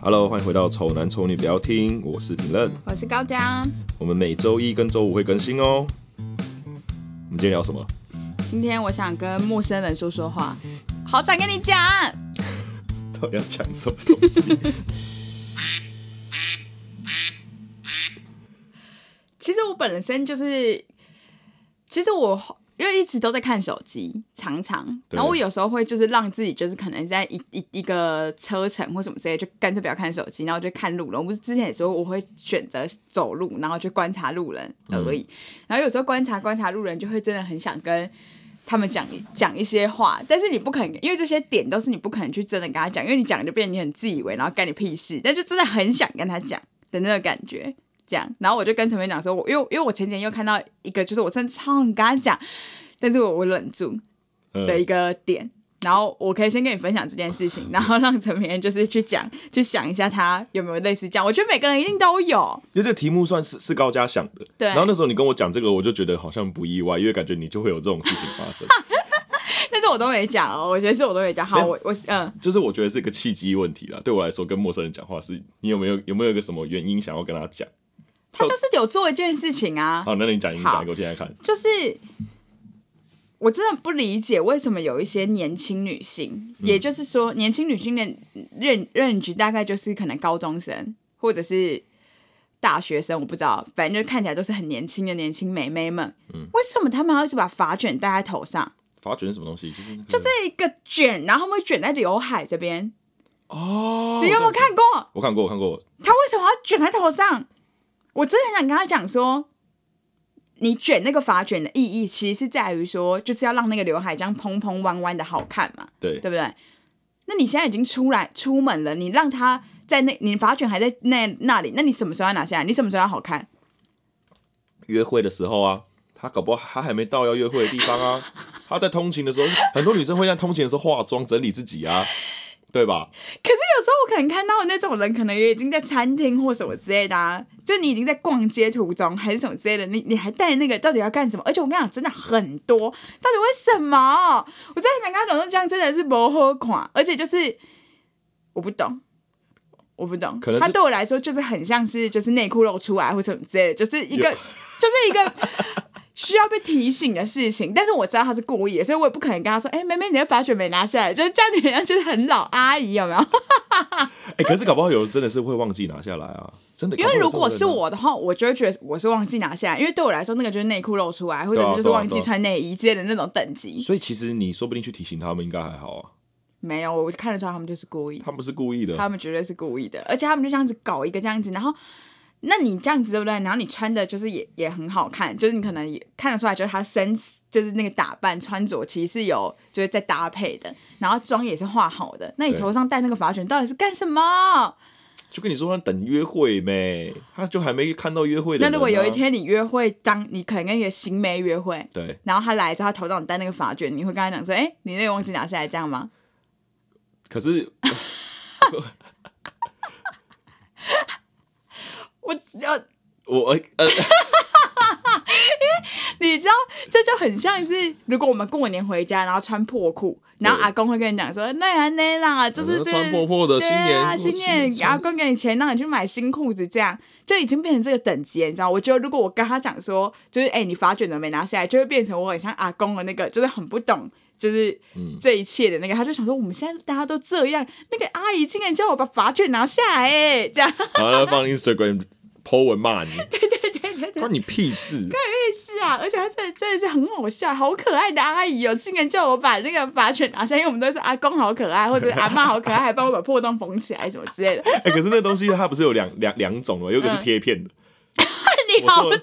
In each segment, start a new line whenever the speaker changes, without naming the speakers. Hello，欢迎回到《丑男丑女不要听》，我是评论，
我是高江。
我们每周一跟周五会更新哦。我们今天聊什么？
今天我想跟陌生人说说话，好想跟你讲。
到底要讲 什么东西？
其实我本身就是，其实我因为一直都在看手机，常常，
对
然后我有时候会就是让自己就是可能在一一一个车程或什么之类，就干脆不要看手机，然后就看路人。我不是之前也说我会选择走路，然后去观察路人而已。然后有时候观察观察路人，就会真的很想跟。他们讲讲一些话，但是你不可能，因为这些点都是你不可能去真的跟他讲，因为你讲就变成你很自以为，然后干你屁事，但就真的很想跟他讲的那个感觉。这样，然后我就跟陈培讲说，我因为因为我前几天又看到一个，就是我真的超想跟他讲，但是我我忍住
嗯
的一个点。然后我可以先跟你分享这件事情，然后让陈明就是去讲，去想一下他有没有类似这样。我觉得每个人一定都有，
因为这个题目算是是高家想的，
对
然后那时候你跟我讲这个，我就觉得好像不意外，因为感觉你就会有这种事情发 生。
但是我都没讲哦。我觉得是我都没讲。好，我我嗯，
就是我觉得是一个契机问题啦。对我来说，跟陌生人讲话是，你有没有有没有一个什么原因想要跟他讲？
他就是有做一件事情啊。
好，那你讲，你
好
讲给我听听看。
就是我真的不理解为什么有一些年轻女性，也就是说，年轻女性的认认知大概就是可能高中生或者是大学生，我不知道，反正就看起来都是很年轻的年轻美眉们。为什么她们要一直把发卷戴在头上？
发卷是什么东西？就是那个
就这一个卷，然后她们会卷在刘海这边，
哦，
你有没有
这样子？
看过？
我看过，我看过。
他为什么要卷在头上？我真的很想跟他讲说，你卷那个发卷的意义，其实是在于说，就是要让那个刘海这样蓬蓬弯弯的好看嘛，
对，
对不对？那你现在已经出来出门了，你让他在那，你发卷还在那那里，那你什么时候要拿下来？你什么时候要好看？
约会的时候啊，他搞不好他还没到要约会的地方 啊。他在通勤的时候，很多女生会在通勤的时候化妆整理自己啊，对吧？
可是有时候我可能看到的那种人，可能也已经在餐厅或什么之类的、啊，就你已经在逛街途中还是什么之类的，你你还带那个到底要干什么？而且我跟你讲，真的很多，到底为什么？我真的很想跟他讲说，这样真的是不好看，而且就是我不懂。我不懂，
可能是
他对我来说就是很像是就是内裤露出来或什么之类的，就是一
有
个就是一个需要被提醒的事情。但是我知道他是故意的，所以我也不可能跟他说：“哎、妹妹，你的发卷没拿下来。”就是这样，你好像就是很老阿姨，有没有？
哎、可是搞不好有人真的是会忘记拿下来啊，真的。
因为
搞
如
不好
果
有这
是
种人啊，
我的话，我就会觉得我是忘记拿下来，因为对我来说，那个就是内裤露出来，或者
对啊
是就是忘
对
记
啊
穿内衣之类的那种等级。
所以其实你说不定去提醒他们应该还好啊，
啊没有，我看得出来他们就是故意，
他们是故意的。
他们绝对是故意的，而且他们就这样子搞一个这样子，然后。那你这样子对不对？然后你穿的就是也也很好看，就是你可能也看得出来，就是他身就是那个打扮穿着其实是有就是在搭配的，然后妆也是画好的。那你
对
头上戴那个发卷到底是干什么？
就跟你说他等约会呗，他就还没看到约会的、啊
那如果有一，天你约会，当你可能跟一个新妹约会，
对，
然后他来之后，他头上有戴那个发卷，你会跟他讲说：“哎、你那个忘记拿下来，这样吗
可是？”
我呃，
我呃呃，
你知道，这就很像是如果我们过年回家，然后穿破裤，然后阿公会跟你讲说：“那样那啦，就是
嗯
这
穿破破的
对啊，
新
新
年
年
新
阿公给你钱，让你去买新裤子，这样就已经变成这个等级了，你知道？我觉得如果我跟他讲说，就是哎、你发卷都没拿下来，就会变成我很像阿公的那个，就是很不懂。就是
嗯
这一切的那个，他就想说，我们现在大家都这样，那个阿姨竟然叫我把发卷拿下来、哎，这样。
然后他放 Instagram po 文骂你，
对对对对，
关你屁事。
是啊，而且她真的真的是很好笑，好可爱的阿姨哦，竟然叫我把那个发卷拿下，因为我们都是阿公好可 爱，或者是阿妈好可爱，还帮我把破洞缝起来什么之类的。
哎、可是那东西它不是有两两两种吗？有一个是贴片的，
你好懂，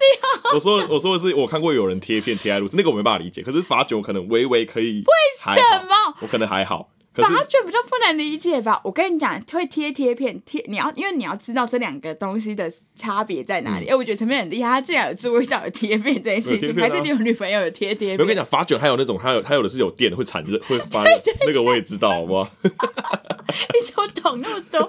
我说我说的是我看过有人贴片贴在路上，那个我没办法理解。可是发卷我可能微微可以，为
什么？
我可能还好，可是
发卷比较不难理解吧？我跟你讲，会贴贴片贴，你要因为你要知道这两个东西的差别在哪里。哎、我觉得陈面很厉害，他竟然有注意到有贴片这件
嗯
事
有贴
情，
片啊
还是你有女朋友有贴贴
没有我跟你
片？
讲，发卷还有那种，还有还有的是有电的会产热会发热，那个我也知道，好不好？
你怎么懂那么多？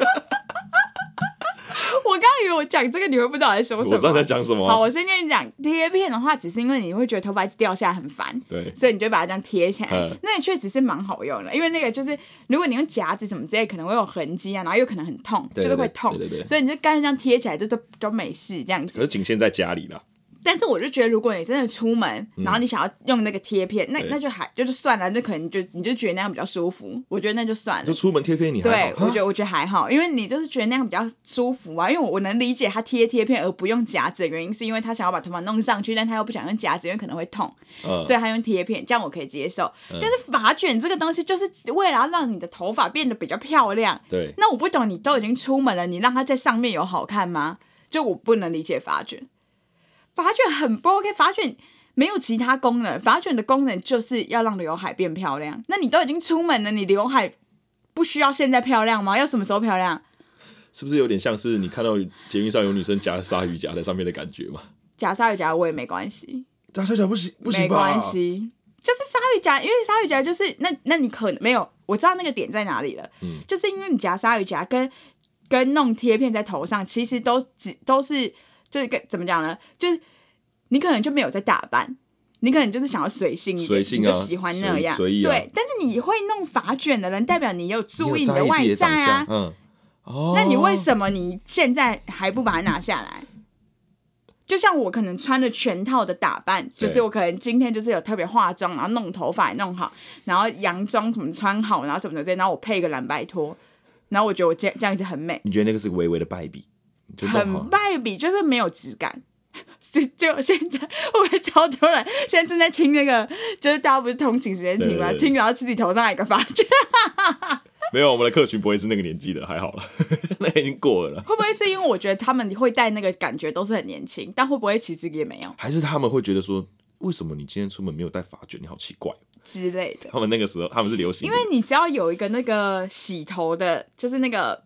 我刚刚以为我讲这个你会不知道我在说什
我
么。
知道你在讲什么
好，我先跟你讲，贴片的话，只是因为你会觉得头发一直掉下来很烦，
对
所以你就把它这样贴起来
嗯。
那也确实是蛮好用的，因为那个就是如果你用夹子什么之类，可能会有痕迹啊，然后又可能很痛，就
对
是
对
会
对
痛
对对，对
所以你就干脆这样贴起来就都都没事这样子
可。是仅限在家里啦。
但是我就觉得，如果你真的出门，然后你想要用那个贴片，那
嗯对
那就还就是算了，那可能就你就觉得那样比较舒服，我觉得那就算
就
了。
出门贴片，你还
对，
好啊
我
哈
觉得我觉得还好，因为你就是觉得那样比较舒服啊。因为我我能理解他贴贴片而不用夹子的原因，是因为他想要把头发弄上去，但他又不想用夹子，因为可能会痛，
嗯
所以他用贴片，这样我可以接受。但是发卷这个东西就是为了要让你的头发变得比较漂亮，
嗯对，
那我不懂，你都已经出门了，你让它在上面有好看吗？就我不能理解发卷，发卷很不 OK，发卷没有其他功能，发卷的功能就是要让刘海变漂亮。那你都已经出门了，你刘海不需要现在漂亮吗？要什么时候漂亮？
是不是有点像是你看到捷运上有女生夹鲨鱼夹在上面的感觉嘛？
假鲨鱼夹我也没关系，
夹小小不行，不
没关，系，就是鲨鱼夹，因为鲨鱼夹就是那那你可能没有，我知道那个点在哪里了，
嗯
就是因为你夹鲨鱼夹跟跟弄贴片在头上，其实都只都是就是跟怎么讲呢，就是你可能就没有在打扮。你可能就是想要随性一点，
随性啊
你就喜欢那样，
随随意啊
对。但是你会弄发卷的人，代表你有注意
你
你的
有在
外
意自己的
在
长
啊
相，。嗯，哦，
那你为什么你现在还不把它拿下来？就像我可能穿着全套的打扮，
对
就是我可能今天就是有特别化妆，然后弄头发也弄好，然后洋装什么穿好，然后什么的这些，然后我配一个蓝白拖，然后我觉得我这样这样子很美，
你觉得那个是微微的败笔，你就弄好
很败笔，就是没有质感。 就就现在，我们超多人现在正在听那个，就是大家不是通勤时间听吗？
对对对
听然后自己头上还有一个发卷，
没有，我们的客群不会是那个年纪的，还好了， 那已经过了啦。
会不会是因为我觉得他们会戴那个感觉都是很年轻，但会不会其实也没有
还是他们会觉得说，为什么你今天出门没有带发卷？你好奇怪。
之类的？
他们那个时候他们是流行
因
这
为
个，
你只要有一个那个洗头的，就是那个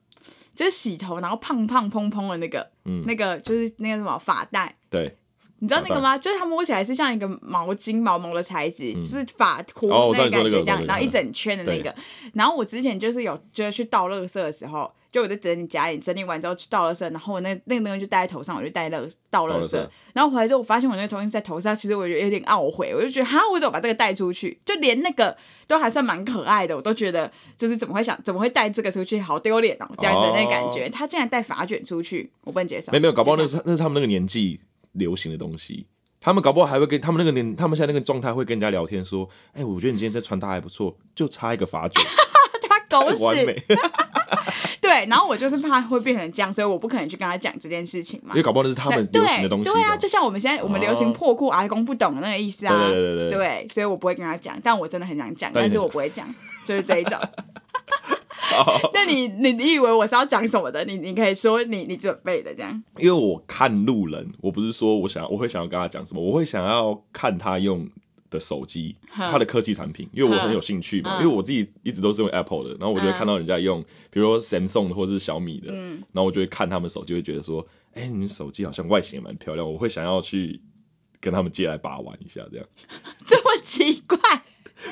就是洗头，然后胖胖蓬蓬的那个，
嗯
那个就是那个什么发带，
对
你知道那个吗？就是它摸起来是像一个毛巾毛毛的材质，就是发箍
嗯哦我知
那
道
个
你说那个
感觉这样，
我知道那个
然后一整圈的那个。然后我之前就是有就是去倒垃圾的时候，就我在整理家里，整理完之后去倒垃圾，然后我那那个东西就戴在头上，我就戴垃倒垃圾
倒垃圾。
然后回来之后，我发现我那个东西在头上，其实我觉得有点懊悔，我就觉得哈，我怎么把这个带出去？就连那个都还算蛮可爱的，我都觉得就是怎么会想怎么会带这个出去，好丢脸哦，这样子的那个感觉。他竟然带发卷出去，我不能接受。
没有没有，搞不好那
就这样
是那是他们那个年纪流行的东西。他们搞不好还会跟他们那个年，他们现在那个状态会跟人家聊天说，哎、我觉得你今天这穿搭还不错，就差一个发 卷，
他狗
完
屎
美。
对，然后我就是怕会变成这样，所以我不可能去跟他讲这件事情嘛
因为。搞不好那是他们
对
流行的东西。
对啊，就像我们现在我们流行
哦
破裤阿公不懂的那个意思啊，
对对对对对
所以我不会跟他讲，但我真的很想讲，
但
但
你
是
很
我不会讲，就是这一 种。那你你你以为我是要讲什么的？你你可以说你你准备的这样，
因为我看路人，我不是说我想我会想要跟他讲什么，我会想要看他用的手机，
哼
他的科技产品，因为我
哼
很有兴趣嘛，
嗯
因为我自己一直都是用 Apple 的，然后我就会看到人家用，比如说 Samsung 的或者是小米的，
嗯
然后我就会看他们手机，会觉得说，哎、你们手机好像外形也蛮漂亮，我会想要去跟他们借来把玩一下，这样，
这么奇怪，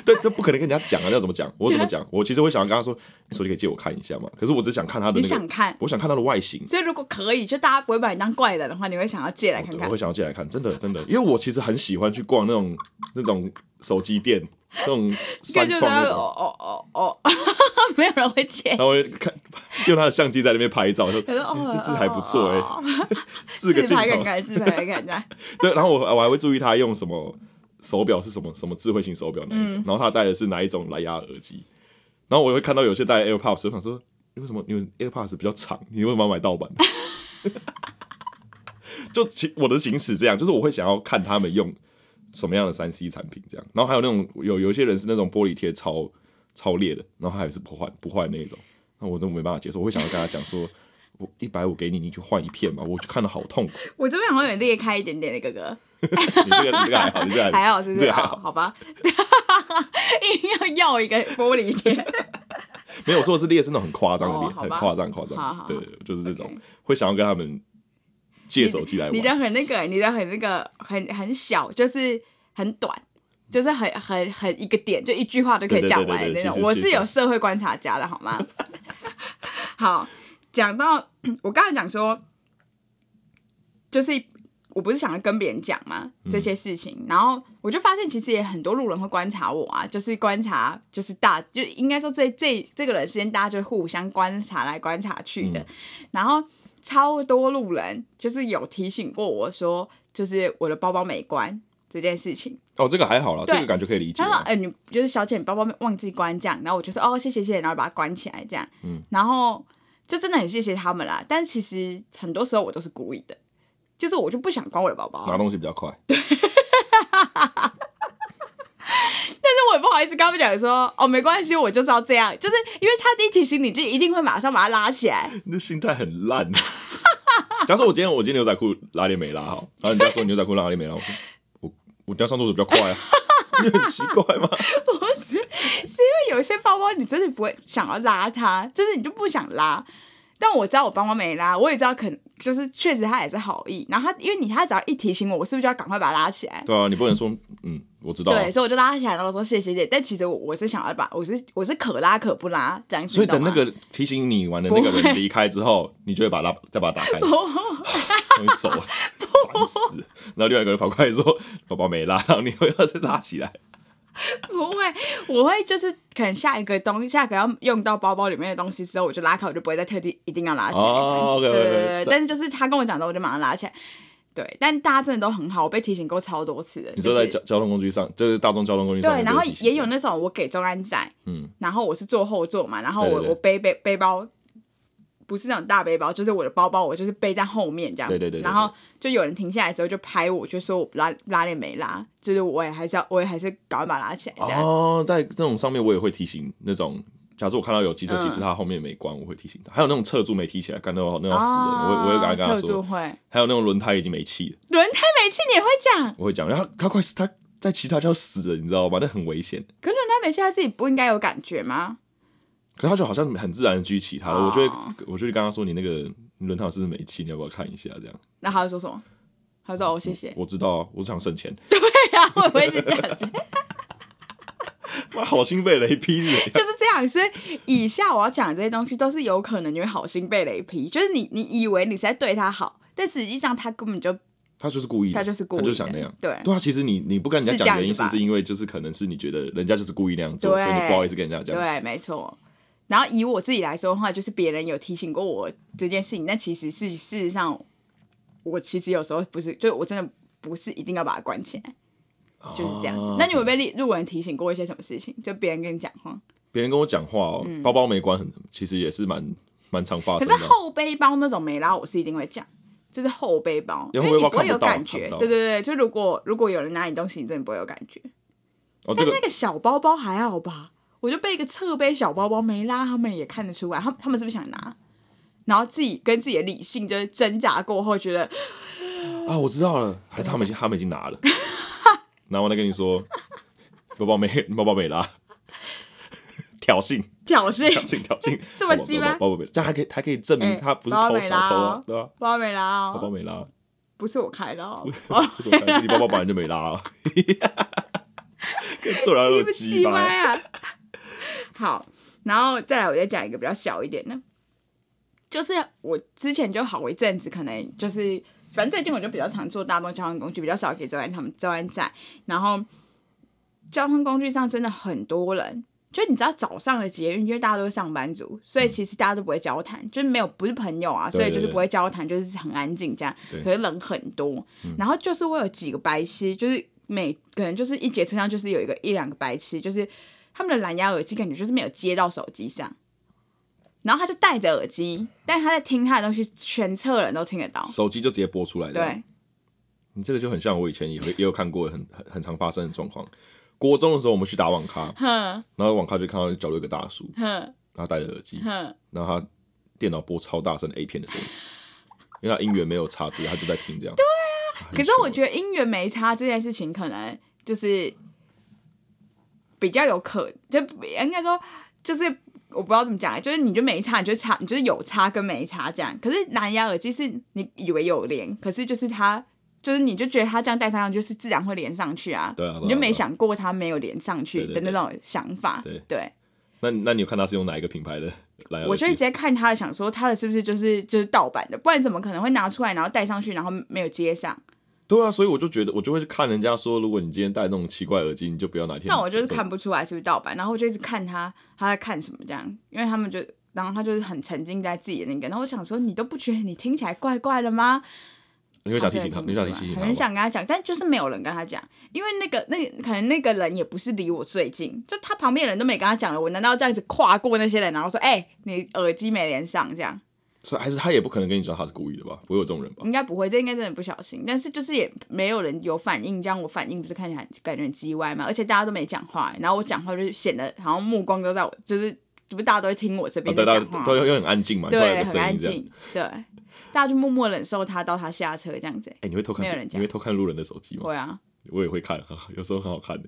对，那不可能跟人家讲啊，要怎么讲？我怎么讲？我其实会想要跟他说，你手机可以借我看一下嘛，可是我只想看他的那
你想
个，
看？
我想看他的外形，
所以如果可以，就大家不会把你当怪人的话，你会想要借来
哦
看
对，
看
我会。想要借来看，真的 真的，因为我其实很喜欢去逛那种那种手机店， 那种
这
三
个就是
创那种，
哦哦哦哦， 没有人会借。
然后我就看 用他的相机在那边拍照，说、
可是哦
哎，这这还不错哎、
哦
四个
自
镜
拍看
头，
看，自拍看看这样。
对，然后我我还会注意他用什么手表是什么什么智慧型手表那一种，然后他戴的是哪一种蓝牙耳机，然后我会看到有些戴 AirPods，我想说你为什么你们 AirPods 比较长，你为什么要买盗版的？ 就其我的行驶这样，就是我会想要看他们用什么样的三 C 产品这样，然后还有那种有有一些人是那种玻璃贴超超裂的，然后他也是不换不换那一种，那我都没办法接受，我会想要跟他讲说，我一百五给你，你去换一片嘛，我就看的好痛苦。
我这边好像有裂开一点点的哥哥，
你这个你这个还好，你这个
还好是
你
不
哎这
是？
个还
好
好。
好吧， 硬要要一个玻璃贴，
没有我说的是裂，是那种很夸张的裂，
哦好
很
吧
夸张夸张
好好好
的。对，就是这种
OK
会想要跟他们借手机来
你的
玩。
很那个，你的很那个，很很小，就是很短。就是很很很一个点，就一句话就可以讲完的
对对对对
那
对
种。
其实
我
是
是有社会观 察家的好吗？好，讲到我刚才讲说，就是我不是想要跟别人讲嘛
嗯
这些事情，然后我就发现其实也很多路人会观察我啊，就是观察，就是大就应该说这这这个人之间大家就互相观察来观察去的，
嗯
然后超多路人就是有提醒过我说，就是我的包包没关这件事情。
哦，这个还好啦，
对
这个感觉可以理解
他说
啊。：“
呃，你就是小姐，你包包忘记关这样。”然后我就说：“哦，谢谢谢谢。”然后把它关起来这样。嗯，然后就真的很谢谢他们啦。但其实很多时候我都是故意的，就是我就不想关我的包啊包，
拿
但
东西比较快，
是我也不好意思跟他们讲说：“哦，没关系，我就是要这样。”就是因为他一提醒你，就一定会马上把它拉起来。
你的心态很烂。 假如说我今天我今天牛仔裤拉链没拉好，然后人家说你牛仔裤拉链没拉好，我说我我等一下上厕所比较快啊， 你很奇怪吗？
不是，是因为有一些包包你真的不会想要拉它，就是你就不想拉。但我知道我包包没拉，我也知道可能就是确实他也是好意。然后他因为你他只要一提醒我，我是不是就要赶快把它拉起来？
对啊，你不能说嗯，我知道、啊
对，。所以我就拉起来，然后说谢谢姐。但其实我我是想要把，我是我是可拉可不拉这样子。
所以等
你
那
懂吗
个提醒你完的那个
不会
人离开之后，你就会把它再把它打开，终于走了，烦死。然后另外一个人跑过来说：“宝宝没拉，然后你又要再拉起 来。
不会，我会就是可能下一个东下一个要用到包包里面的东西之后，我就拉开，我就不会再特地一定要拉起来。
哦
这样子
OK，OK，OK
对对对对。但是就是他跟我讲的，我就马上拉起来。对，但大家真的都很好，我被提醒过超多次的。”
你
就
说在
是
交交通工具上，就是大众交通工具上面
对，
被
然后
提醒，
也有那种我给中安仔，
嗯，
然后我是坐后座嘛，然后我
对对对
我背背背包，不是那种大背包，就是我的包包，我就是背在后面这样。
对对对对对
然后就有人停下来之后就拍我，就说我拉拉链没拉，就是我也还是要，我也还是赶快把它拉起来这样。
哦，在这种上面我也会提醒那种。假如我看到有机车骑士，
嗯
他后面没关，我会提醒他。还有那种侧柱没提起来，干到那要死人，我我也赶快跟他
啊侧柱
说。
哦会
还有那种轮胎已经没气了，
轮胎没气，你也会讲？
我会讲。然后他快死，他再骑他就要死了，你知道吗？那很危险。
可轮胎没气，他自己不应该有感觉吗？
可他就好像很自然的举起他，
哦
我就会我就会跟他说：“你那个你轮胎是不是没气？你要不要看一下？”这样，
然后他会说什么？他说哦，谢谢。
我知道啊，我想省钱，
对啊，我也是这样子。
妈好心被雷劈是 怎样
就是这样，所以以下我要讲的这些东西都是有可能你会好心被雷劈，就是你你以为你是在对他好，但实际上他根本就
他就是故意的，
他就是故意
他
的，
就想那样。
对
对啊，其实你你不跟人
是
家
这样
讲原因，
子
是
吧
不是因为就是可能是你觉得人家就是故意那样做，
对
所以你不好意思跟人家讲？
对，啊没错。然后以我自己来说的话，就是别人有提醒过我这件事情，但其实是事实上，我其实有时候不是，就我真的不是一定要把它关起来，就是这样子。
哦
那你有没有被路人提醒过一些什么事情？就别人跟你讲话，
别人跟我讲话哦，包包没关很，其实也是蛮蛮常发
嗯可
生
是
的。
后背包那种没拉，我是一定会讲，就是后背包，
因
因
为
为
后背包
你不会有
看
感
不到
觉。
看不到
对对对，就如果如果有人拿你东西，你真的不会有感觉。
哦，这
但
个
那个小包包还好吧？我就背一个侧背小包包没拉，他们也看得出来，他他们是不是想拿？然后自己跟自己的理性就是挣扎过后，觉得
啊，我知道了，还是他们已经他们已经拿了， 拿完再跟你说，包包没包包没拉，挑衅。挑
挑 衅，
衅挑衅，
这么鸡巴
包包没，这样还可以还可以证明
哎
他不是偷
包包没
小
拉
偷啊
哦，
对吧？
包包没拉
包包
哦，
没拉，
不是我开 的哦，
为什么看是你包包本来就没拉啊？ 跟做人
鸡
有
不
鸡
鸡
巴
歪，啊？好，然后再来，我再讲一个比较小一点的，就是我之前就好一阵子，可能就是反正最近我就比较常坐大众交通工具，比较少给周安他们周安站，然后交通工具上真的很多人。就你知道早上的捷运，因为大家都是上班族，所以其实大家都不会交谈，就是没有不是朋友啊，
对对
所以就是不会交谈，就是很安静这样
对。
可是人很多，然后就是会有几个白痴，就是每可能就是一节车厢就是有一个一两个白痴，就是他们的蓝牙耳机感觉就是没有接到手机上，然后他就戴着耳机，但他在听他的东西，全车人都听得到。
手机就直接播出来的。
对，
你这个就很像我以前也会也有看过很很很常发生的状况。国中的时候，我们去打网咖，
哼
然后网咖就看到角落有个大叔，
哼
然后戴着耳机，
哼，
然后他电脑播超大声的 A 片的声音，因为他音源没有插字，他就在听这样。对啊，
可是我觉得音乐没差这件事情，可能就是比较有可，就应该说就是我不知道怎么讲，就是你就没差，你就差，你就是有差跟没差这样。可是蓝牙耳机是你以为有连，可是就是它。就是你就觉得它这样戴上，就是自然会连上去啊，
对啊对啊
你就没想过它没有连上去
对对
的
对
那种想法，
对
对
那那你有看他是用哪一个品牌的来来
我就会
去
直接看他的，想说他的是不是就是就是盗版的，不然怎么可能会拿出来然后带上去，然后没有接上？
对啊，所以我就觉得我就会去看人家说，如果你今天戴那种奇怪耳机，你就不要哪天。
但我就是看不出来是不是盗版，然后我就一直看他他在看什么这样，因为他们就，然后他就是很沉浸在自己的那个，然后我想说你都不觉得你听起来怪怪的吗？
你会想提醒他，
真
你
的
会想
听
提醒
不出
他
来
吗，
很想跟他讲，但就是没有人跟他讲，因为那个那个可能那个人也不是离我最近，就他旁边的人都没跟他讲了，我难道这样子跨过那些人，然后说哎、你耳机没连上这样？
所以还是他也不可能跟你说他是故意的吧？不会有这种人吧？
应该不会，这应该真的不小心，但是就是也没有人有反应，这样我反应不是看起来很感觉很叽歪嘛，而且大家都没讲话，欸然后我讲话就显得好像目光都在我，就是不是大家都会听我这
啊，
边
对，
在
大
讲话，
家都又又很安静嘛，突然有
对，
个
很
声
安
音这样。
静，对，大家就默默忍受他到他下车这样子、
哎，你会偷看
没有人？
你
讲
会偷看路人的手机吗？
会啊，
我也会看， 有时候很好看的。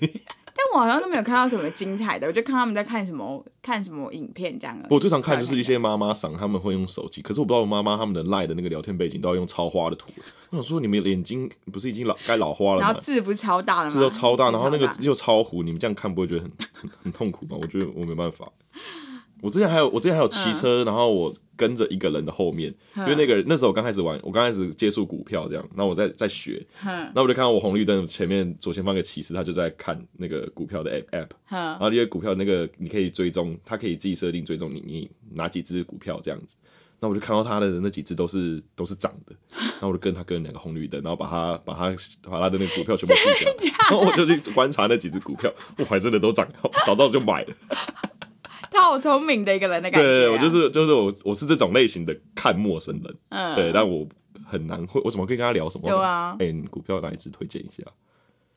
但我好像都没有看到什么精彩的，我就看他们在看什么看什么影片这样而已。
我最常看就是一些妈妈桑，他们会用手机，可是我不知道妈妈他们的赖的那个聊天背景都要用超花的图。我想说，你们眼睛不是已经老该老花了
然后
吗？
字不是超大了吗？
字都超大，
字
然后那个
超大
又超糊，你们这样看不会觉得很 很很痛苦吗？我觉得我没办法。我之前还有，我之前还有骑车，然后我跟着一个人的后面，因为那个人那时候我刚开始玩，我刚开始接触股票这样，然后我在在学，然后我就看到我红绿灯前面左前方一个骑士，他就在看那个股票的 app app，然后因为股票那个你可以追踪，它可以自己设定追踪你你哪几只股票这样子，那我就看到他的那几只都是都是涨的，然后我就跟他跟两个红绿灯，然后把他把他把他的那个股票全部记下来，然后我就去观察那几只股票，我还真的都涨，早知道就买了。
他好聪明的一个人的感觉、啊。
对，我就是就是我我是这种类型的看陌生人，
嗯
对，但我很难会，我怎么可以跟他聊什么呢？
对啊
哎、你股票哪一只推荐一下？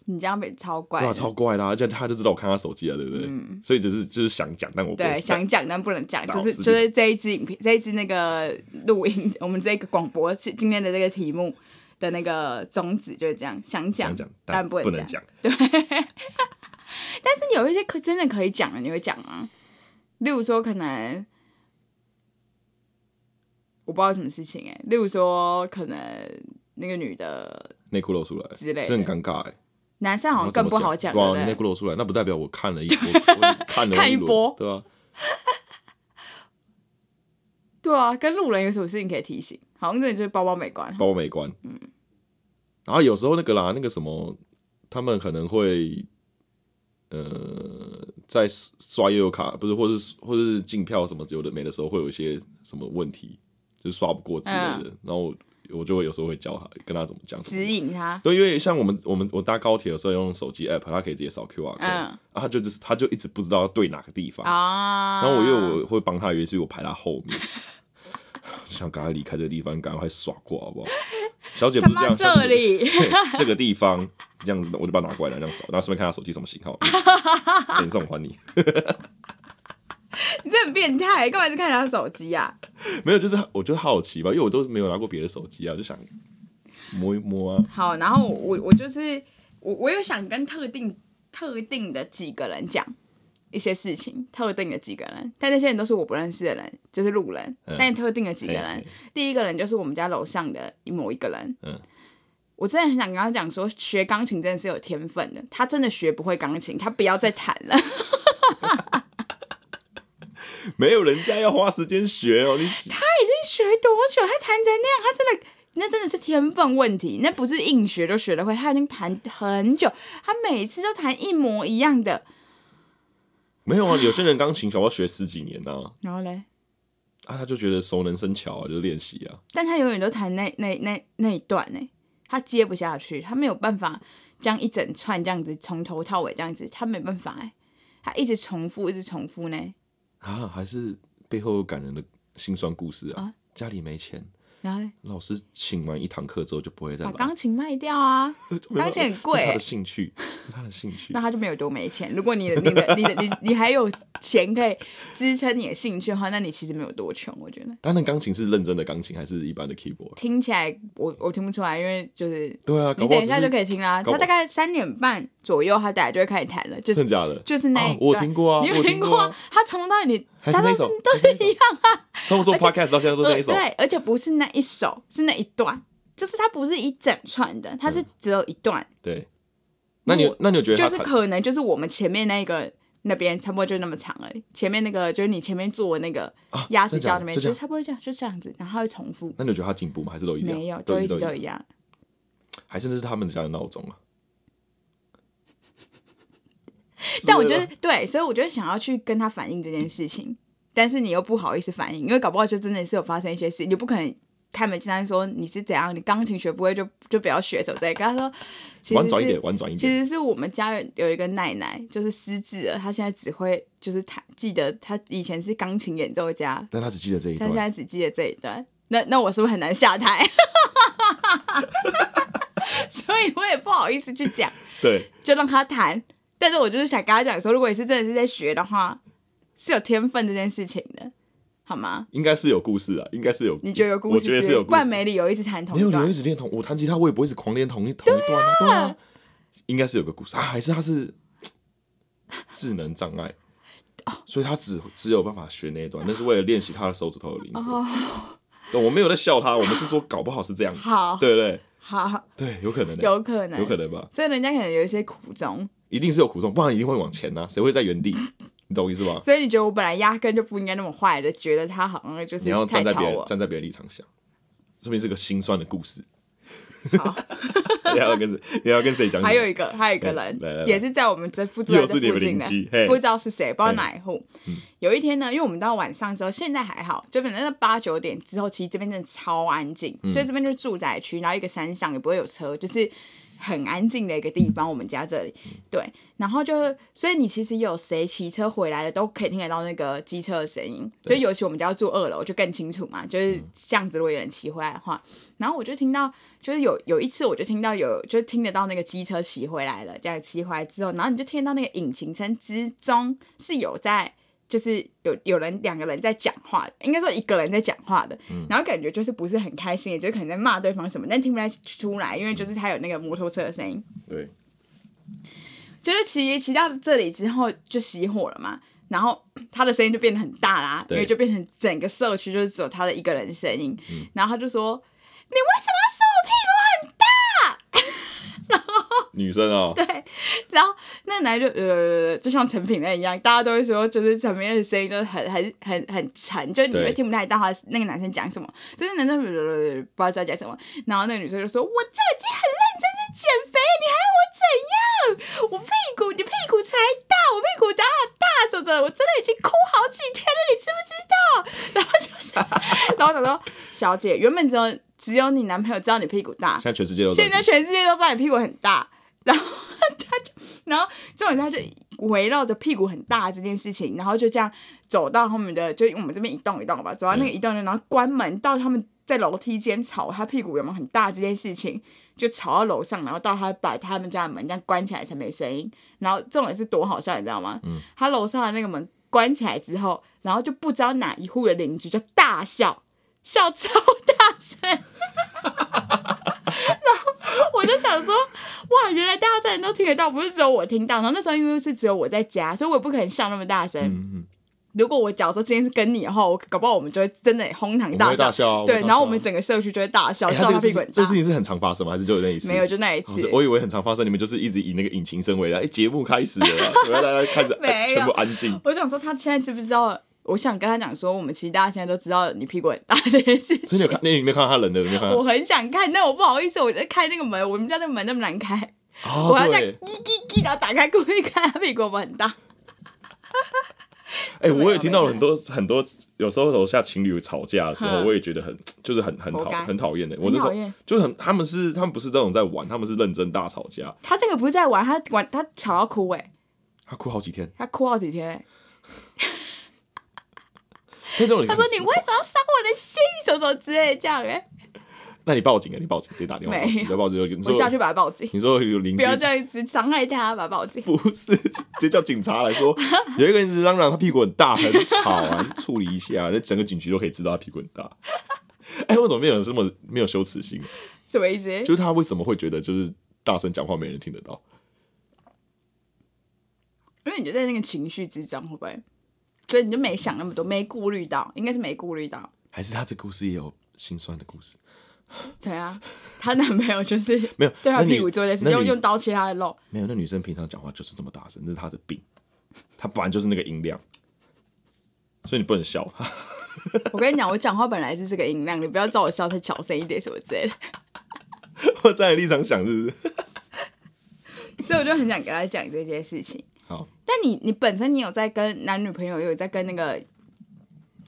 你这样被超怪
对啊，
的。嗯
超怪的、啊，而且他就知道我看他手机了，对不对？所以只是就是想讲，但我不
对，
会
想讲但不能讲，
老
就是
司机
就是这一支影片，这一支那个录音，我们这个广播是今天的这个题目的那个宗旨就是这样，想讲
想讲，
但
不
能
能
讲。
讲。
但是有一些可真的可以讲的，你会讲吗？例如说，可能我不知道什么事情哎、例如说，可能那个女的
内裤露出来
之类的
是很尴尬哎、
男生好
然后怎
像更
么
不好讲，
对
对
啊，
不
你内
对？
裤露出来，那不代表我看了一 波，我看了
看一
轮
波
对啊，
对啊，跟路人有什么事情可以提醒？好像真的就是包包没关，
包美观，嗯，然后有时候那个啦，那个什么，他们可能会，呃，在刷悠游卡，不是，或是或是竞票什么有的没的时候，会有一些什么问题，就是刷不过之类的，
嗯
然后我就会有时候会教他，跟他怎么讲，怎么
指引他。
对，因为像我们我们我搭高铁的时候用手机 app，它可以直接扫 QR code，、
嗯
啊，他就只是他就一直不知道要对哪个地方，
啊！
然后我因为我会帮他，原因是我排他后面， 就想赶快离开这个地方，赶快耍过好不好？小姐
他
不是这
妈
样，小
这
姐
里，
对这个地方这样子的，我就把它拿过来，然后这样扫，然后顺便看他手机什么 型号，简送还你。
你这很变态，干嘛一直看人家手机啊？
没有，就是我就好奇吧，因为我都没有拿过别的手机啊，就想摸一摸 啊。
好，然后我我就是我我有想跟特定特定的几个人讲一些事情，特定的几个人，但那些人都是我不认识的人，就是路人。
嗯
但特定的几个人，
嘿嘿
第一个人就是我们家楼上的某一个人。
嗯
我真的很想跟他讲说，学钢琴真的是有天分的，他真的学不会钢琴，他不要再弹了。
没有人家要花时间学哦，你
哎学多久？他弹成那样，他真的。那真的是天分问题，那不是硬学就学得会。他已经弹很久，他每次都弹一模一样的。
没有啊？有些人钢琴小要学十几年啊，
然后嘞，
啊，他就觉得熟能生巧啊，就练习啊。
但他永远都弹那那那那一段呢、他接不下去，他没有办法这样一整串这样子从头到尾这样子，他没办法哎、他一直重复，一直重复呢。
啊，还是背后有感人的辛酸故事啊。
啊
家里没钱，
然后嘞，
老师请完一堂课之后就不会再
把
买，
钢琴卖掉啊，
就 没有
钢琴很贵
是他
欸
的兴趣，是他的兴趣
那。他就没有多没钱。如果你的你的你的你你还有钱可以支撑你的兴趣的话，那你其实没有多穷，我觉得。
但那钢琴是认真的钢琴还是一般的 keyboard？
听起来我我听不出来，因为就是
对啊，搞
你
不好
等一
只
下
是
就可以听啦。
搞不好
他大概三点半左右，他大概就会开始弹了，就是
真的假的？
就是那一
啊我有
段
听过啊
你
我有
有
听
听
过
过
啊
啊？他从头到尾，
还是
他都
那
是
首
都
还是
是
那
一样啊，
从我做
而且呃
podcast 到现在都是那一首，
对，而且不是那一首，是那一段，就是它不是一整串的，它是只有一段，
对。那你有那你有觉得
就
他
是
弹
可能就是我们前面那个那边差不多就那么长而已。前面那个就是你前面坐的那个鸭子
啊真的假
叫
的
那边，
就这
就
样
差不多这样，就这样子，然后它会重复，
那你有觉得他进步吗？还是都一样？啊
没有，
都一
一直
都
都
一样，
一样。
还是那是他们家的闹钟啊？
但我觉
之类
得对，所以我就想要去跟他反映这件事情，但是你又不好意思反映，因为搞不好就真的是有发生一些事，你不可能开门见山说你是怎样，你钢琴学不会就就不要学，走这个。跟他说，其
婉
实
转一点，
是
婉转一
其
点。
实是我们家人有一个奶奶，就是失智了，她现在只会就是她记得她以前是钢琴演奏家，
但他只记得这一
她
段
现，在只记得这一段。那那我是不是很难下台？ 所以我也不好意思去讲。
对，
就让他谈。但是我就是想跟他讲说，如果你是真的是在学的话，是有天分这件事情的，好吗？
应该是有故事啊，应该是有。
你觉得有故
我
事
觉得
之
是
类
有故
不然
事
没理由一直弹同
没有
一
理由一
段。
直练同，我弹吉他我也不会一直狂练同一同一段啊，对啊，应该是有个故事啊，还是他是智能障碍，
哦
所以他只只有办法学那一段，那是为了练习他的手指头的灵
哦
活。对，我没有在笑他，我们是说搞不好是这样子，
好
对不对？
好，
对，有可能的，
有可能，
有可。能吧，
所以人家可能有一些苦衷，
一定是有苦衷，不然一定会往 前呐、啊谁会在原地？你懂我意思吧？
所以你觉得我本来压根就不应该那么坏的，觉得他好像就是
你要
太
站在
吵啊
别人
我。
站在别人立场想，说明是个心酸的故事。
好，
你要跟谁？你要跟谁讲？
还有一个，还有一个
来来来
人，也是在我们这不住在这
又
附
是你
近
们
的
邻居嘿，嗯
不知道是谁，不知道哪一户。有一天呢，因为我们到晚上之后，现在还好，就反正八九点之后，其实这边真的超安静，
嗯
所以这边就是住宅区，然后一个山上也不会有车，就是。很安静的一个地方，我们家这里，
嗯
对，然后就，所以你其实有谁骑车回来了，都可以听得到那个机车的声音，就尤其我们家要住二楼，就更清楚嘛，
嗯
就是巷子如果有人骑回来的话，然后我就听到，就是有有一次，我就听到有，就听得到那个机车骑回来了，这样骑回来之后，然后你就听到那个引擎声之中是有在，就是有有人两个人在讲话，应该说一个人在讲话的，然后感觉就是不是很开心，也就可能在骂对方什么，但听不太出来，因为就是他有那个摩托车的声音。
对，
就是骑骑到这里之后就熄火了嘛，然后他的声音就变得很大啦，因
对
为就变成整个社区就是只有他的一个人声音，然后他就说：“你为什么要说我屁股很
女生啊、
然后那男就呃，就像陈品任一样，大家都会说，就是陈品任的声音就是很很很很沉，就你会
对
听不太到他那个男生讲什么，所以那男生、呃、不知道在讲什么，然后那个女生就说：“我就已经很认真在减肥了，你还要我怎样？我屁股，你屁股才大，我屁股哪有大什么的，我真的已经哭好几天了，你知不知道？” 然后就是， 然后我想说，小姐，原本只有只有你男朋友知道你屁股大，
现在全世界都
现在全世界都知道你屁股很大， 然后他就，然后重点是他就围绕着屁股很大这件事情，然后就这样走到他们的，就我们这边一栋一栋吧，走到那
嗯
个一栋一栋，然后关门到他们在楼梯间吵他屁股有没有很大这件事情，就吵到楼上，然后到他把他们家的门这样关起来才没声音。然后重点是多好笑，你知道吗？嗯，他楼上的那个门关起来之后，然后就不知道哪一户的邻居就大笑，笑超大声。 我就想说，哇，原来大家真的都听得到，不是只有我听到。然后那时候因为是只有我在家，所以我也不可能笑那么大声。
嗯
如果我假如说今天是跟你的话，我搞不好我们就会真的哄堂
嗯，我们
大
会
笑。
大笑啊，
对，
会大
然后
笑
我们
啊
整个社区就会大笑，
哎他
笑
这
他
个事情
屁股很大
这。事情是很常发生吗？还是就那一次？
没有，就那一
哦
次
是。我以为很常发生，你们就是一直以那个引擎声为来，哎，节目开始了，怎么样大家开始哎
没有
全部安静？
我想说，他现在知不知道？我想跟他讲说，我们其实大家现在都知道你屁股很大这件事
所以你有
情。
看，那你有没有看到他人的？有没有看到？
我很想看，但我不好意思，我在开那个门，我们家那个门那么难开，
哦
我要这样
对
叽叽叽，然后打开故意看他屁股有没有很大。
哎、
没有
我也听到了
没有
很多很多，有时候楼下情侣吵架的时候，
嗯
我也觉得很就是很很
活
讨
该
很讨厌的。我那时
讨厌
候就是很，他们是他们不是那种在玩，他们是认真大吵架。
他这个不是在玩，他玩他吵到哭哎、
他哭好几天，
他哭好几天、欸。
他说
他说：“你为什么要伤我的心？什么什么之类的这样、欸？”
那你报警啊，你报警，直接打电话，
没有
你再报警就你
我
说
下去把他报警，
你说有邻
不
居
要这样子伤害他，把他报警。
不是，直接叫警察来说，有一个人一直嚷嚷他屁股很大，很吵啊，你处理一下，那整个警局都可以知道他屁股很大。哎、为什么没有人这么没有羞耻心？
什么意思？欸
就是他为什么会觉得就是大声讲话没人听得到？
因为你就在那个情绪之中，会不会？所以你就没想那么多，没顾虑到，应该是没顾虑到。
还是他这故事也有心酸的故事？
怎样？她男朋友就是
没有
对她啊
那女
屁股做这件事，
那女
用用刀切她的肉。
没有，那女生平常讲话就是这么大声，那是她的病。它本来就是那个音量，所以你不能笑它。
我跟你讲，我讲话本来是这个音量，你不要叫我笑太小声一点什么之类的。
我站在立场想，是不是？
所以我就很想跟他讲这件事情。
好，
但你你本身你有在跟男女朋友有在跟那个，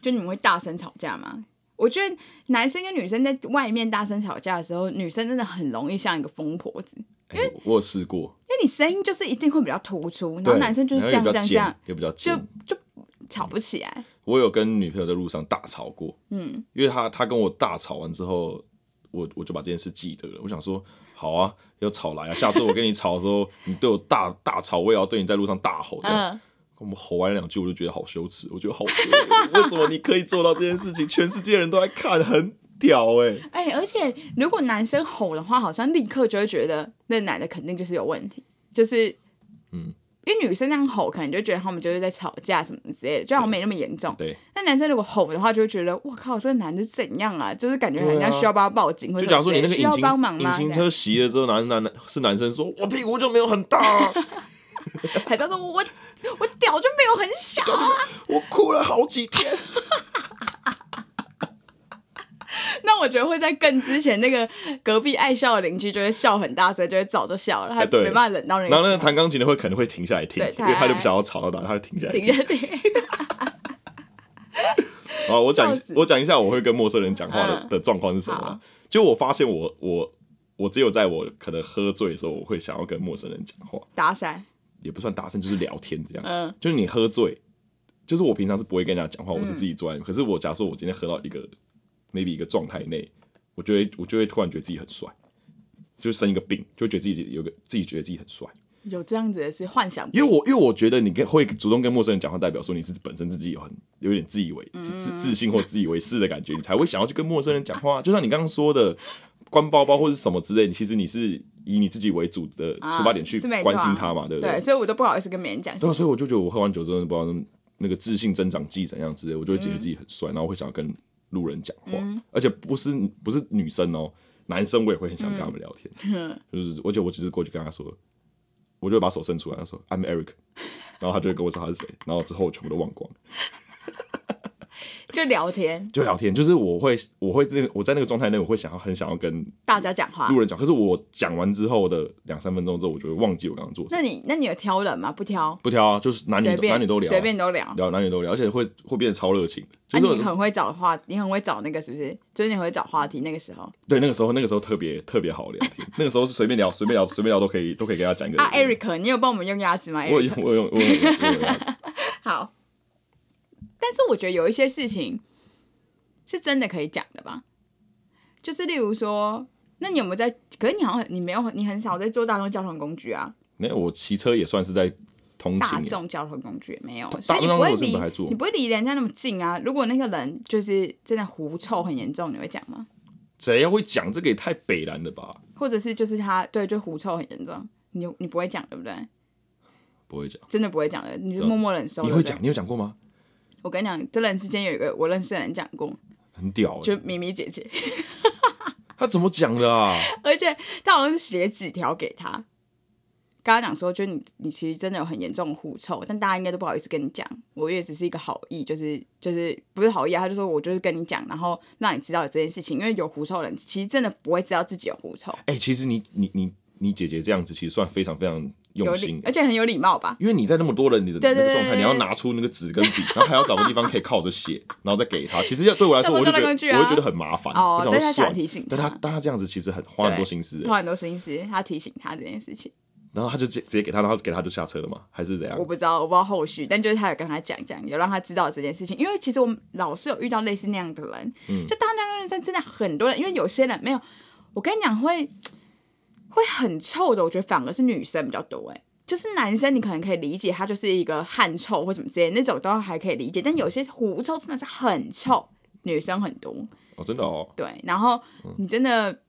就你们会大声吵架吗？我觉得男生跟女生在外面大声吵架的时候，女生真的很容易像一个疯婆子，因
哎、我有试过，
为你声音就是一定会比较突出，然后
对，
男生就是这样这样这样，
也比较尖
就
也比较尖。
就吵不起来。
我有跟女朋友在路上大吵过，嗯，因为她她跟我大吵完之后，我我就把这件事记得了。我想说，好啊，要吵来啊，下次我跟你吵的时候， 你对我大大吵，我也要对你在路上大吼。这样
嗯，
我们吼完两句，我就觉得好羞耻，我觉得好丢脸，为什么你可以做到这件事情？全世界人都在看，很屌哎、
哎、而且如果男生吼的话，好像立刻就会觉得那男的肯定就是有问题，就是
嗯。
因为女生那样吼，可能就觉得他们就是在吵架什么之类的，就好像没那么严重。
对，
那男生如果吼的话，就会觉得我靠，这个男的怎样啊？就是感觉人家需要帮他报警，或
就
者
假如说你那个
需
引
要
擎
帮忙
引
吗？
擎
这
车
样
熄了之后，男男是男生说，我屁股就没有很大、 啊，
还是要说我我屌就没有很小啊？
我哭了好几天。
那我觉得会在更之前，那个隔壁爱笑的邻居就会笑很大声，就会早就笑了，他
哎对
没办法忍到那
然后那个
个
弹钢琴的会可能会停下来听，
对
因为
他
他就不想要吵到他，他就停下来
停
听。
下停。
啊，我讲
笑死
我讲一下我会跟陌生人讲话的、
嗯
的状况是什么啊、
好
就我发现我我我只有在我可能喝醉的时候，我会想要跟陌生人讲话，
打伞，
也不算搭讪，就是聊天这样。
嗯
就是你喝醉，就是我平常是不会跟人家讲话，我是自己坐在那边。可是我假如说我今天喝到一个 maybe 一个状态内，我就会我就会突然觉得自己很帅，就生一个病，就会觉得自己有个自己觉得自己很帅。
有这样子的是幻想
因为我因为我觉得你跟会主动跟陌生人讲话，代表说你是本身自己有很有点自以为自自自信或自以为是的感觉，你才会想要去跟陌生人讲话。啊就像你刚刚说的，关包包或者什么之类，你其实你是以你自己为主的
啊
出发点去
是没
关
错啊
心他嘛，对不
对，所以我都不好意思跟别人讲。
对啊，所以我就觉得我喝完酒之后，不知道那那个自信增长剂怎样之类，我就会觉得自己很帅，
嗯
然后会想要跟路人讲话，而且不是不是女生哦，男生我也会很想跟他们聊天，
嗯
就是而且我只是过去跟他说，我就会把手伸出来，他说 I'm Eric，然 后他就会跟我说他是谁，然后之后我全部都忘光了，
就聊天，
就聊天，就是我会我会那个我在那个状态内，我会想要很想要跟
大家讲话
路。人讲，可是我讲完之后的两三分钟之后，我就会忘记我刚刚做什么，
那你那你有挑人吗？不挑，
不挑啊，就是男
随
女都
便
男女都聊啊，
随便都聊。
聊男女都聊，而且会会变得超热情的，
那、
就是我
你很会找话，你很会找那个是不是？就是你很会找话题。那个时候
对，那个时候那个时候特别特别好聊天，那个时候是随便聊随便聊随便聊都可以都可以跟他讲一个。
啊，Eric，你有帮我们用鸭子吗？
我
Eric，
有我有我有我有我有我有
好。但是我觉得有一些事情是真的可以讲的吧，就是例如说，那你有没有在？可是你好像你没有，你很少在坐大众交通工具啊，
没有，我骑车也算是在通
大
勤耶，欸
众交通工具没有，所
大众交
以你不
通
会
我是
离
本来坐
你不会离人家那么近啊。如果那个人就是真的狐臭很严重，你会讲吗？
谁会讲这个也太北蓝了吧？
或者是就是他对就狐臭很严重，你你不会讲对不对？
不会讲，
真的不会讲的，你
这
就
样
默默忍
啊
受。
你
对不
会
对
讲？你有讲过吗？
我跟你讲，这人世间有一个我认识的人讲过，
很屌哎、
就咪咪姐姐，
他怎么讲的啊？
而且她好像是写纸条给她，跟她讲说，就你你其实真的有很严重的狐臭，但大家应该都不好意思跟你讲，我也只是一个好意，就是就是不是好意啊，她就说我就是跟你讲，然后让你知道有这件事情，因为有狐臭的人其实真的不会知道自己有狐臭，
哎、其实你你你你姐姐这样子其实算非常非常
有
用心
礼
耶，，
而且很有礼貌吧。
因为你在那么多人你的
对
那
对
个状
对
态，
对
你要拿出那个纸跟笔，然后还要找个地方可以靠着 写，然后再给他。其实要对我来说，
那
我
我
就
就
觉得、
来去啊
我会觉得很麻烦。
哦
我想说
但是他想
算
提醒
但
他
他但他这样子其实很花很多心思。欸
花很多心思，他提醒他这件事情，
然后他就直接直接给他，然后给他就下车了嘛，还是怎样
我？不知道，我不知道后续，但就是他有跟他讲讲，有让他知道这件事情，因为其实我们老是有遇到类似那样的人，就大量认真真的很多人，因为有些人没有，我跟你讲会会很臭的，我觉得反而是女生比较多、欸，哎。就是男生，你可能可以理解，他就是一个汗臭或什么之类的那种，都还可以理解。但有些狐臭真的是很臭，女生很多，
哦，真的哦，
对。然后你真的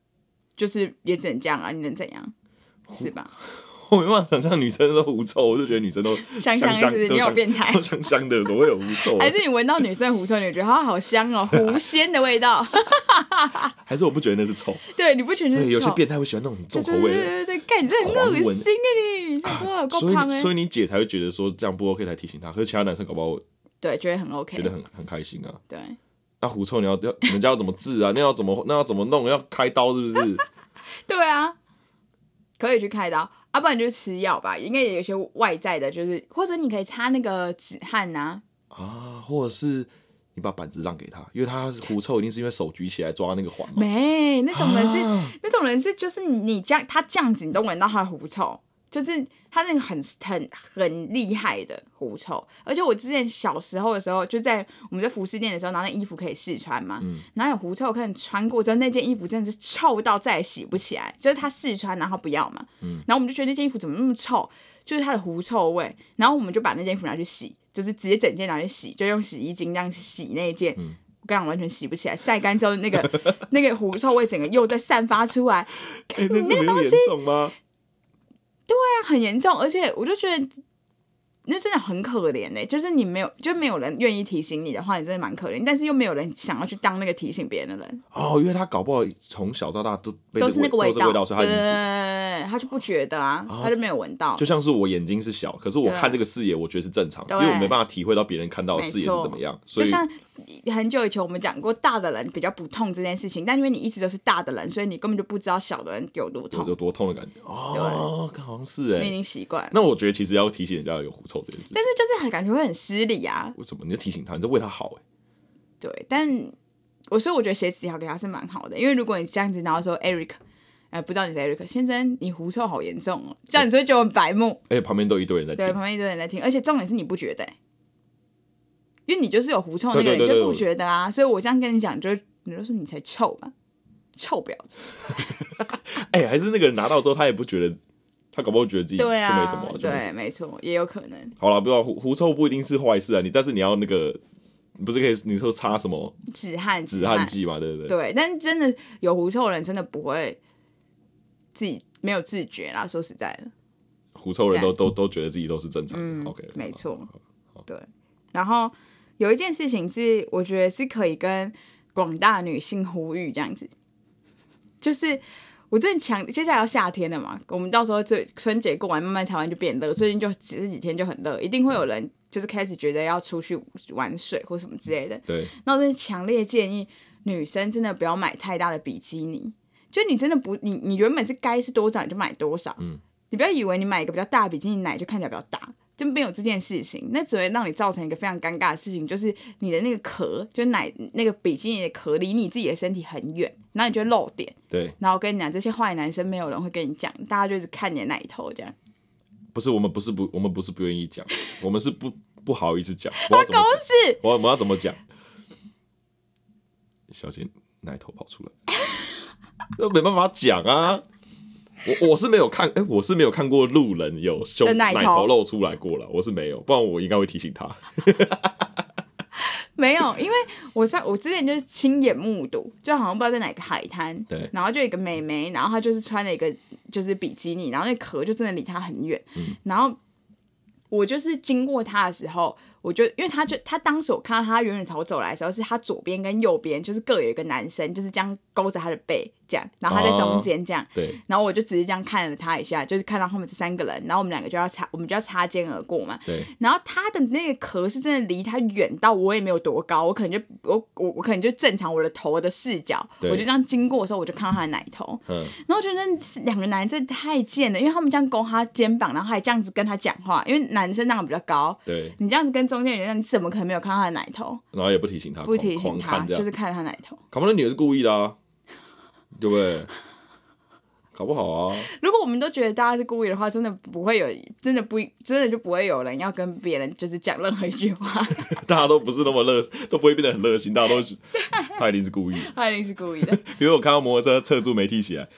就是也只能这样啊，你能怎样？是吧？
我没办法想象女生都狐臭，我就觉得女生都
香香
香
是不是
都
你有
香
变态
都 香香的，怎么会有狐臭？
还是你闻到女生的狐臭，你就觉得它好香哦， 狐仙的味道。
还是我不觉得那是臭？
对，你不觉得
对，
是
有
臭
些变态会喜欢那种很重
对
口味的，
对对对对，看你这很
狂
恶
吻
心啊你！想说有够
所
胖哎、
以所以你姐才会觉得说这样不 OK 才提醒她，可是其他男生搞不好
对，觉得很 OK，
觉得很很开心啊。
对，
那狐臭你要要人家要怎么治啊？那 要怎么那要怎么弄？要开刀是不 是？
对啊，可以去开刀，啊，不然就吃药吧。应该也有一些外在的，就是或者你可以擦那个止汗呐、
啊，或者是你把板子让给他，因为他狐臭一定是因为手举起来抓那个环嘛。
没那种人是、
啊
那种人是就是你这样，他这样子你都闻到他的狐臭，就是他那个很很很厉害的狐臭。而且我之前小时候的时候，就在我们在服饰店的时候，拿那衣服可以试穿嘛，然后有狐臭，可能穿过之后那件衣服真的是臭到再也洗不起来，就是他试穿然后不要嘛，然后我们就觉得那件衣服怎么那么臭，就是它的狐臭味，然后我们就把那件衣服拿去洗，就是直接整件拿去洗，就用洗衣精这样洗那一件。我跟你讲，完全洗不起来，晒干之后那个那个狐臭味整个又再散发出来，
哎、那那个东西严重吗？
那很严重，而且我就觉得那真的很可怜呢、就是你没有，就没有人愿意提醒你的话，你真的蛮可怜，但是又没有人想要去当那个提醒别人的人，
哦，因为他搞不好从小到大都被
都是那
这个
个
味
道，
道，所以他
对
一
对对
直
对对他就不觉得啊，他就没有闻到
就，像是我眼睛是小，可是我
对啊
看这个视野，我觉得是正常，
对
因为我没办法体会到别人看到的视野是怎么样，所
就
以
像很久以前我们讲过，大的人比较不痛这件事情，但因为你一直都是大的人，所以你根本就不知道小的人有多
有
痛，
有多痛的感觉。哦，看好像是哎、
你已经习惯了。
那我觉得其实要提醒人家有狐臭这件事，
但是就是很感觉会很失礼啊，
为什么你要提醒他？你在为他好哎、
对，但我所以我觉得写纸条给他是蛮好的，因为如果你这样子，然后说 Eric，呃，不知道你是 Eric 先生，你狐臭好严重哦，这样你就会觉得很白目。
而且旁边都有一堆人在
对，
听。
旁边一堆人在听，而且重点是你不觉得、欸因为你就是有狐臭那个
对
人，
对对
你就
对
不
我
觉得啊。所以我这样跟你讲，就你就说你才臭吧，臭婊子。
哎、还是那个人拿到之后，他也不觉得，他搞不好觉得自己就
对啊，
没什么，就没什么。
对，没错，也有可能
好了，不要狐狐臭不一定是坏事啊，你但是你要那个，你不是可以你说擦什么
止汗
止汗剂嘛，对不对？
对，但真的有狐臭的人真的不会自己没有自觉啦。说实在的，
狐臭人
这
都都都觉得自己都是正常的。OK，
嗯没错，对。然后有一件事情是，我觉得是可以跟广大女性呼吁这样子，就是我真的强，接下来要夏天了嘛，我们到时候这春节过完，慢慢台湾就变热，最近就只是几天就很热，一定会有人就是开始觉得要出去玩水或什么之类的。
对，
那我真的强烈建议女生真的不要买太大的比基尼，就你真的不，你你原本是该是多少你就买多少，嗯，你不要以为你买一个比较大的比基尼奶就看起来比较大，就没有这件事情，那只会让你造成一个非常尴尬的事情，就是你的那个壳，就奶那个比基尼的壳离你自己的身体很远，然后你就会露点，
对，
然后我跟你讲，这些坏男生没有人会跟你讲，大家就是看你的奶头这样。
不是我们不是不我们不是不愿意 讲，我们是不不好意思讲。我要怎么
不是，
我我要怎么讲？小姐奶头跑出来， 那没办法讲啊。我我是没有看，哎、我是没有看过路人有
的
胸
奶
奶
头
头露出来过了，我是没有，不然我应该会提醒他。
没有，因为我上我之前就是亲眼目睹，就好像不知道在哪个海滩，
对
然后就有一个妹妹，然后她就是穿了一个就是比基尼，然后那壳就真的离她很远，然后我就是经过她的时候，我就因为她就她当时我看到她远远朝我走来的时候，是她左边跟右边就是各有一个男生，就是这样勾着她的背这样，然后她在中间这样，
对，
然后我就只是这样看了她一下，就是看到后面这三个人，然后我们两个就要擦，我们就要擦肩而过嘛，
对，
然后它的那个壳是真的离它远到我也没有多高，我可能就我我我可能就正常我的头的视角，我
对
就这样经过的时候，我就看到它的奶头，
嗯，
然后我觉得那两个男生太贱了，因为他们这样勾他肩膀，然后还这样子跟他讲话，因为男生那个比较高，
对，
你这样子跟中间人，你怎么可能没有看到他的奶头？
然后也不提醒他，
不提醒
狂
啊他，
狂看这
就
样。
是看他奶头。
搞不好那女的是故意的啊，对不对？搞不好啊，
如果我们都觉得大家是故意的话，真的不会有，真的不真的就不会有人要跟别人就是讲任何一句话，
大家都不是那么热，都不会变得很热心，大家都是，他一定是故意的。
他一定是故意 的，
比如我看到摩托车侧柱没提起来，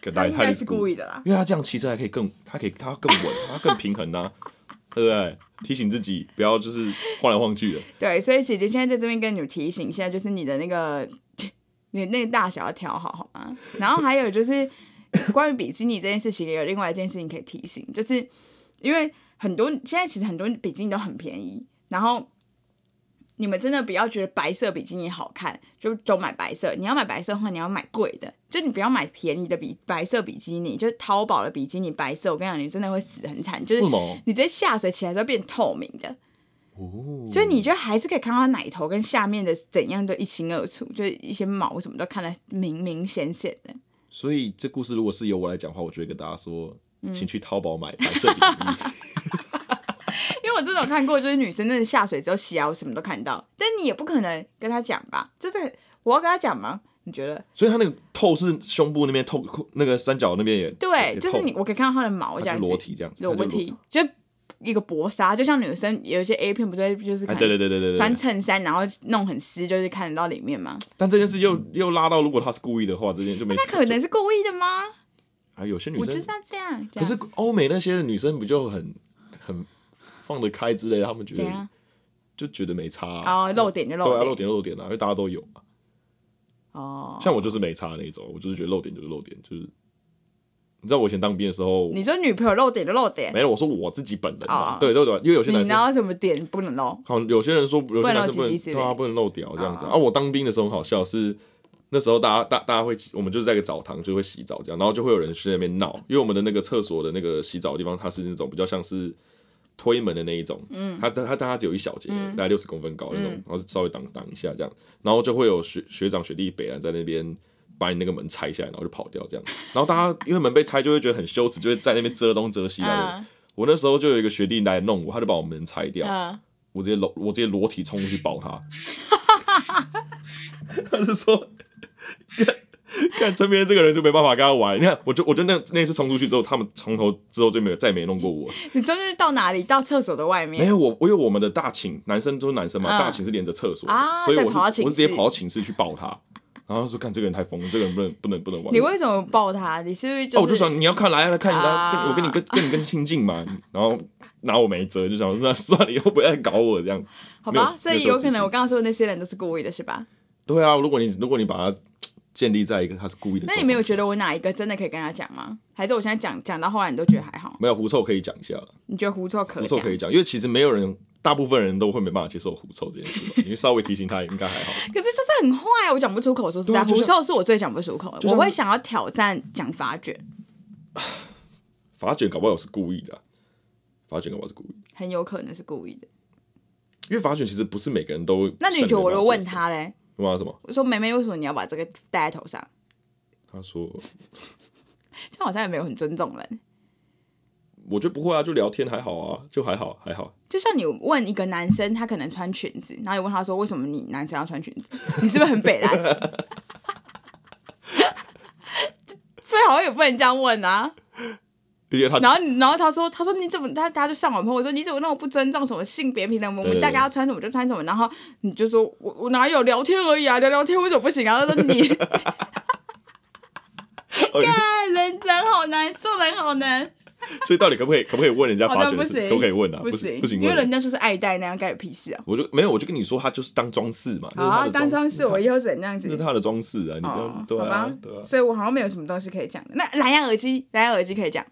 可
他
能
应该
一
是故意的啦。
因为他这样骑车还可以更，他可以他更稳，他更平衡呐、啊 对不对？提醒自己不要就是晃来晃去的。
对，所以姐姐现在在这边跟你们提醒一下，就是你的那个你那个大小要调好，好吗？然后还有就是 关于比基尼这件事情，也有另外一件事情可以提醒，就是因为很多现在其实很多比基尼都很便宜，然后你们真的不要觉得白色比基尼好看，就都买白色。你要买白色的话，你要买贵的，就你不要买便宜的比白色比基尼，就是淘宝的比基尼白色。我跟你讲，你真的会死很惨，就是
为什么
你直接下水起来都变透明的。
哦，
所以你就还是可以看到奶头跟下面的怎样都一清二楚，就是一些毛什么都看得明明显显的。
所以这故事如果是由我来讲的话，我就会跟大家说，请去淘宝买白色比
嗯
基尼。
因为我真的有看过，就是女生真的下水之后洗啊，我什么都看到，但你也不可能跟她讲吧？就是我要跟她讲吗？你觉得？
所以它那个透是胸部那边透，那个三角那边也
对，
也
就是
透
你，我可以看到她的毛这
它
样
就
子，
裸体这样子，
裸
它就
体，就一个薄纱，就像女生有一些 A 片不是会就是
哎，
可
对
能
对对对对对，
穿衬衫，然后弄很湿，就是看得到里面吗？
但这件事又又拉到，如果他是故意的话，这件就没。
那可能是故意的吗？
啊，有些女
我就
生
是，要这样，这
可
样
是欧美那些女生不就很很放得开之类的，他们觉
怎样
得？就觉得没差啊，
哦，露点就
对啊，
露
露
点，
点露点啊，因为大家都有嘛。
哦。
像我就是没差那一种，我就是觉得露点就是露点，就是你知道我以前当兵的时候，
你说女朋友露点就露点，
没了，我说我自己本人
哦
嘛，对对对，因为有些
你
男生
哪有什么点不能露？
好，有些人说有些男生不
不能露鸡
能
鸡
对啊，
嘞
不能露屌这样子啊。啊我当兵的时候很好笑，是那时候大家大大家会，我们就是在一个澡堂就会洗澡这样，然后就会有人去那边闹，因为我们的那个厕所的那个洗澡的地方，它是那种比较像是推门的那一种，嗯，它它它它只有一小节，
嗯
大概六十公分高那种，然后稍微挡挡一下这样，然后就会有学学长学弟北兰在那边。把你那个门拆下来，然后就跑掉这样。然后大家因为门被拆，就会觉得很羞耻，就会在那边遮东遮西来的。
嗯
我那时候就有一个学弟来弄我，他就把我门拆掉，
嗯，
我直接裸，我直接裸体冲过去抱 他。他就说，看看身边这个人就没办法跟他玩。你看，我就我就那那次冲出去之后，他们从头之后就没有再没弄过我。
你终于到哪里？到厕所的外
没
面。
有我，我有我们的大寝，男生就是男生嘛，
嗯
大寝是连着厕所的，
啊
所以
所以
我是
跑到
我
寝
是直接
室
跑到寝室去抱他。然后他说：“看这个人太疯了，这个人不能不能不能玩。”
你为什么抱他？你是不是
哦，我就是想你要看来来看你
啊
啦，跟我跟你跟跟你更亲近嘛，然后拿我没辙，就想说那算了，以后不要再搞我这样。
好
没有
吧？所以
没有
有
羞耻
可能
心
我刚刚说的那些人都是故意的，是吧？
对啊，如果你如果你把它建立在一个他是故意的，
那你没有觉
得
得我哪一个真的可以跟他讲吗？还是我现在讲讲到后来你都觉得还好？
没有狐臭可以讲一下了，
你觉得狐臭可
狐
讲
臭？可以讲，因为其实没有人，大部分人都会没办法接受狐臭这件事嘛， 因为稍微提醒他应该还好。
可是就是很坏啊，我讲不出口。说实
对
在，
啊就
狐
像
臭是我最讲不出口的，
就
我
像
会想要挑战讲发卷，
法卷搞不好是故意的啊、法卷搞不好是故意的，
很有可能是故意的。
因为法卷其实不是每个人都。
那你觉得我如果问，他嘞，
问他什么？
我说梅梅，为什么你要把这个戴在头上？
他说
这样好像也没有很尊重人。
我觉得不会啊，就聊天还好啊，就还好还好。
就像你问一个男生，他可能穿裙子，然后你问他说为什么你男生要穿裙子，你是不是很北蓝？ 最好像也不能这样问啊。
毕竟他
然后，然后他说，他说你怎么，他他就上网喷我说你怎么那么不尊重什么性别平等？我
对
们
对
大概要穿什么就穿什么。然后你就说我我哪有聊天而已啊，聊聊天为什么不行啊？他说 你
哎哦你
哎人人好难，做人好难，
所以到底可不可以可不可以问人家
好
法
像
卷
不
的事？
行，
可不可以问啊？不
行，
不行，
因为
问
人家就是爱戴那样，该有屁事啊！
我就没有，我就跟你说，他就是当装饰嘛。
好啊，
那是他的
当装饰，我以后只能那样子
那。是他的装饰啊，你不要、
哦，
对
好吧
啊，对啊，
所以我好像没有什么东西可以讲的。那蓝牙耳机，蓝牙耳机可以讲，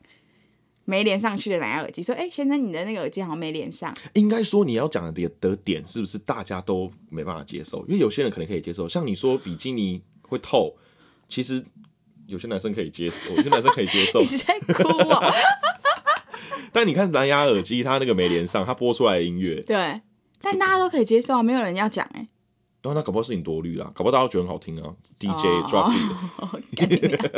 没连上去的蓝牙耳机，说，哎、先生，你的那个耳机好像没连 上。
应该说你要讲的点的点是不是大家都没办法接受？因为有些人可能可以接受，像你说比基尼会透，其实有些男生可以接受，有些男生可以 接受
你。是在哭 哦？
但你看蓝牙耳机，它那个没连上，它播出来的音乐，
对，但大家都可以接受啊，没有人要讲哎、
然后那搞不好是你多虑啦，搞不好大家都觉得很好听啊，DJ
哦
drop beat 的。
干你娘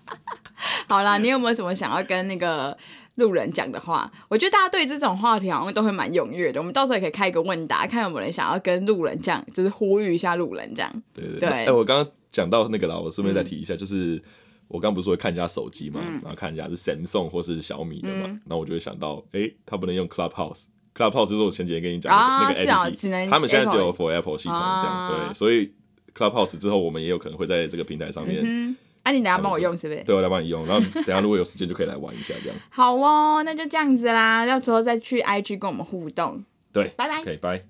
好啦，你有没有什么想要跟那个路人讲的话？我觉得大家对这种话题好像都会蛮踊跃的。我们到时候也可以开一个问答，看有没有人想要跟路人这样，就是呼吁一下路人这样。
对对
对嗯
对。哎、我刚刚讲到那个啦，我顺便再提一下，就是我刚不是会看人家手机嘛，然后看人家是 Samsung 或是小米的嘛，
嗯
然后我就会想到，哎、他不能用 Clubhouse。Clubhouse 就是我前几天跟你讲的
啊
那个
是啊
APP，、
只能
他们现在只有
Apple
for Apple 系统这样，
啊
对，所以 Clubhouse 之后我们也有可能会在这个平台上面，
嗯，啊，你等一下帮我用是不是？
对我来帮你用，然后等一下如果有时间就可以来玩一下这样，
好哦，那就这样子啦，到时候再去 IG 跟我们互动。
对，
拜拜
可以拜。